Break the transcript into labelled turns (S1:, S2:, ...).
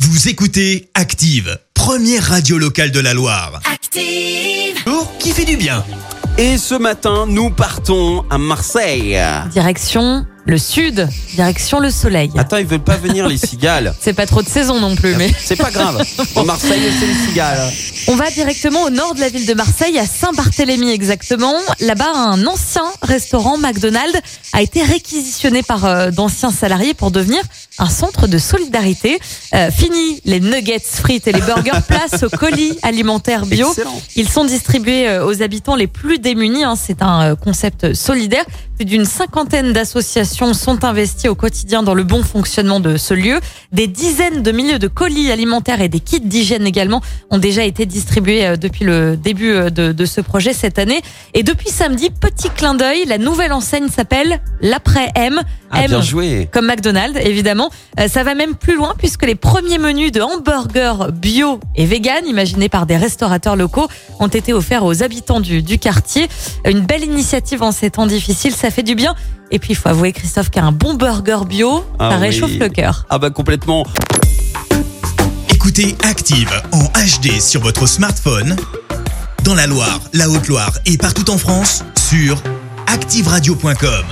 S1: Vous écoutez Active, première radio locale de la Loire.
S2: Active.
S1: Pour qui fait du bien.
S3: Et ce matin, nous partons à Marseille.
S4: Direction le sud, direction le soleil.
S1: Ah.
S3: Attends, ils veulent pas venir les cigales.
S4: C'est pas trop de saison non plus, mais
S3: C'est pas grave. En Marseille, c'est les cigales.
S4: on va directement au nord de la ville de Marseille, à Saint-Barthélemy exactement. Là-bas, un ancien restaurant McDonald's a été réquisitionné par euh, d'anciens salariés pour devenir un centre de solidarité. Euh, fini les nuggets, frites et les burgers, place aux colis alimentaires bio.
S3: Excellent.
S4: Ils sont distribués euh, aux habitants les plus démunis. hein. C'est un euh, concept solidaire. Plus d'une cinquantaine d'associations sont investies au quotidien dans le bon fonctionnement de ce lieu. Des dizaines de milliers de colis alimentaires et des kits d'hygiène également ont déjà été distribués euh, depuis le début euh, de, de ce projet cette année. Et depuis samedi, petit clin d'œil, la nouvelle enseigne s'appelle l'après M.
S3: Ah,
S4: M
S3: bien joué.
S4: comme McDonald's, évidemment. Euh, ça va même plus loin puisque les premiers menus de hamburgers bio et vegan, imaginés par des restaurateurs locaux, ont été offerts aux habitants du, du quartier. Une belle initiative en ces temps difficiles, ça fait du bien. Et puis, il faut avouer, Christophe, qu'un bon burger bio,
S3: Ah
S4: ça
S3: oui.
S4: réchauffe le cœur.
S3: Ah bah complètement.
S1: Écoutez Active en HD sur votre smartphone, dans la Loire, la Haute-Loire et partout en France, sur activeradio.com.